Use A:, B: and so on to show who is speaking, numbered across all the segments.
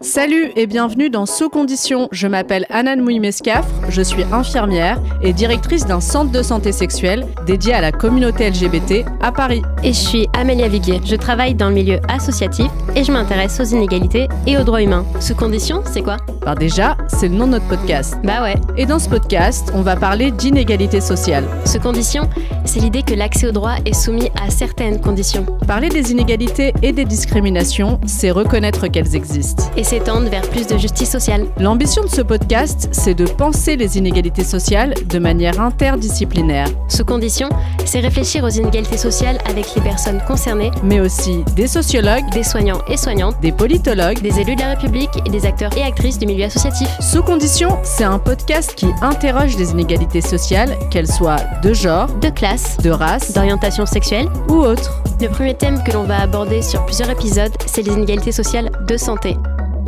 A: Salut et bienvenue dans Sous Conditions. Je m'appelle Anna Mouimescafre, je suis infirmière et directrice d'un centre de santé sexuelle dédié à la communauté LGBT à Paris.
B: Et je suis Amélia Viguier. Je travaille dans le milieu associatif et je m'intéresse aux inégalités et aux droits humains. Sous conditions, c'est quoi
A: Bah déjà, c'est le nom de notre podcast.
B: Bah ouais.
A: Et dans ce podcast, on va parler d'inégalités sociales.
B: Sous conditions, c'est l'idée que l'accès aux droits est soumis à certaines conditions.
A: Parler des inégalités et des discriminations, c'est reconnaître qu'elles existent.
B: Et s'étendre vers plus de justice sociale.
A: L'ambition de ce podcast, c'est de penser les inégalités sociales de manière interdisciplinaire,
B: Sous conditions, c'est réfléchir aux inégalités sociales avec les personnes concernées,
A: mais aussi des sociologues,
B: des soignants et soignantes,
A: des politologues.
B: des élus de la République et des acteurs et actrices du milieu associatif.
A: Sous condition, c'est un podcast qui interroge les inégalités sociales, qu'elles soient de genre,
B: De classe,
A: de race
B: d'orientation sexuelle.
A: ou autre.
B: Le premier thème que l'on va aborder sur plusieurs épisodes, c'est les inégalités sociales de santé.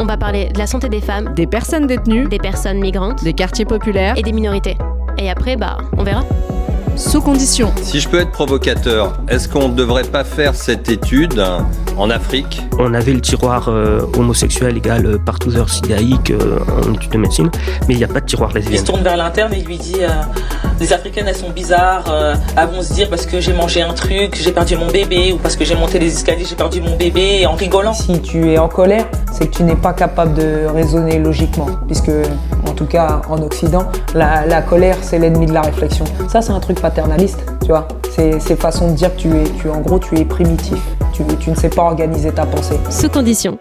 B: On va parler de la santé des femmes,
A: Des personnes détenues,
B: des personnes migrantes
A: des quartiers populaires,
B: et des minorités. Et après, bah, on verra.
A: sous condition.
C: Si je peux être provocateur, est-ce qu'on ne devrait pas faire cette étude hein, en Afrique
D: On avait le tiroir euh, homosexuel égal euh, partouzeur sidaïque euh, en étude de médecine, mais il n'y a pas de tiroir
E: Il se
D: lesbienne.
E: tourne vers l'interne et lui dit euh, Les Africaines, elles sont bizarres. euh, elles vont se dire parce que j'ai mangé un truc, j'ai perdu mon bébé, ou parce que j'ai monté les escaliers, j'ai perdu mon bébé, en rigolant.
F: Si tu es en colère, c'est que tu n'es pas capable de raisonner logiquement, puisque, en tout cas en Occident, la, la colère, c'est l'ennemi de la réflexion. Ça, c'est un truc paternaliste, tu vois. C'est c'est façon de dire que tu es, tu, en gros, tu es primitif. Tu, tu ne sais pas organiser ta pensée.
B: Sous condition,